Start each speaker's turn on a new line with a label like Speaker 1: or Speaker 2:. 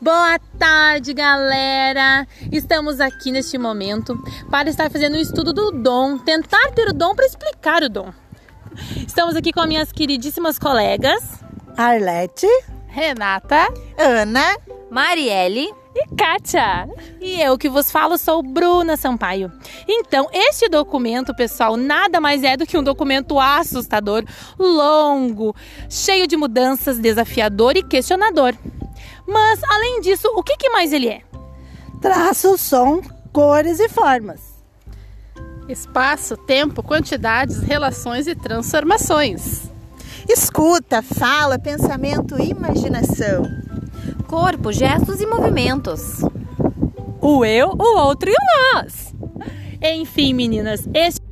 Speaker 1: Boa tarde, galera! Estamos aqui neste momento para estar fazendo o estudo do dom, tentar ter o dom para explicar o dom. Estamos aqui com as minhas queridíssimas colegas
Speaker 2: Arlete,
Speaker 3: Renata,
Speaker 2: Ana,
Speaker 3: Marielle.
Speaker 1: e Kátia. E eu que vos falo sou Bruna Sampaio. Então, este documento, pessoal, nada mais é do que um documento assustador, longo, cheio de mudanças, desafiador e questionador. Mas, além disso, o que, que mais ele é?
Speaker 2: traço, som, cores e formas.
Speaker 3: Espaço, tempo, quantidades, relações e transformações.
Speaker 4: Escuta, fala, pensamento e imaginação.
Speaker 5: corpo, gestos e movimentos.
Speaker 1: O eu, o outro e o nós. Enfim, meninas, este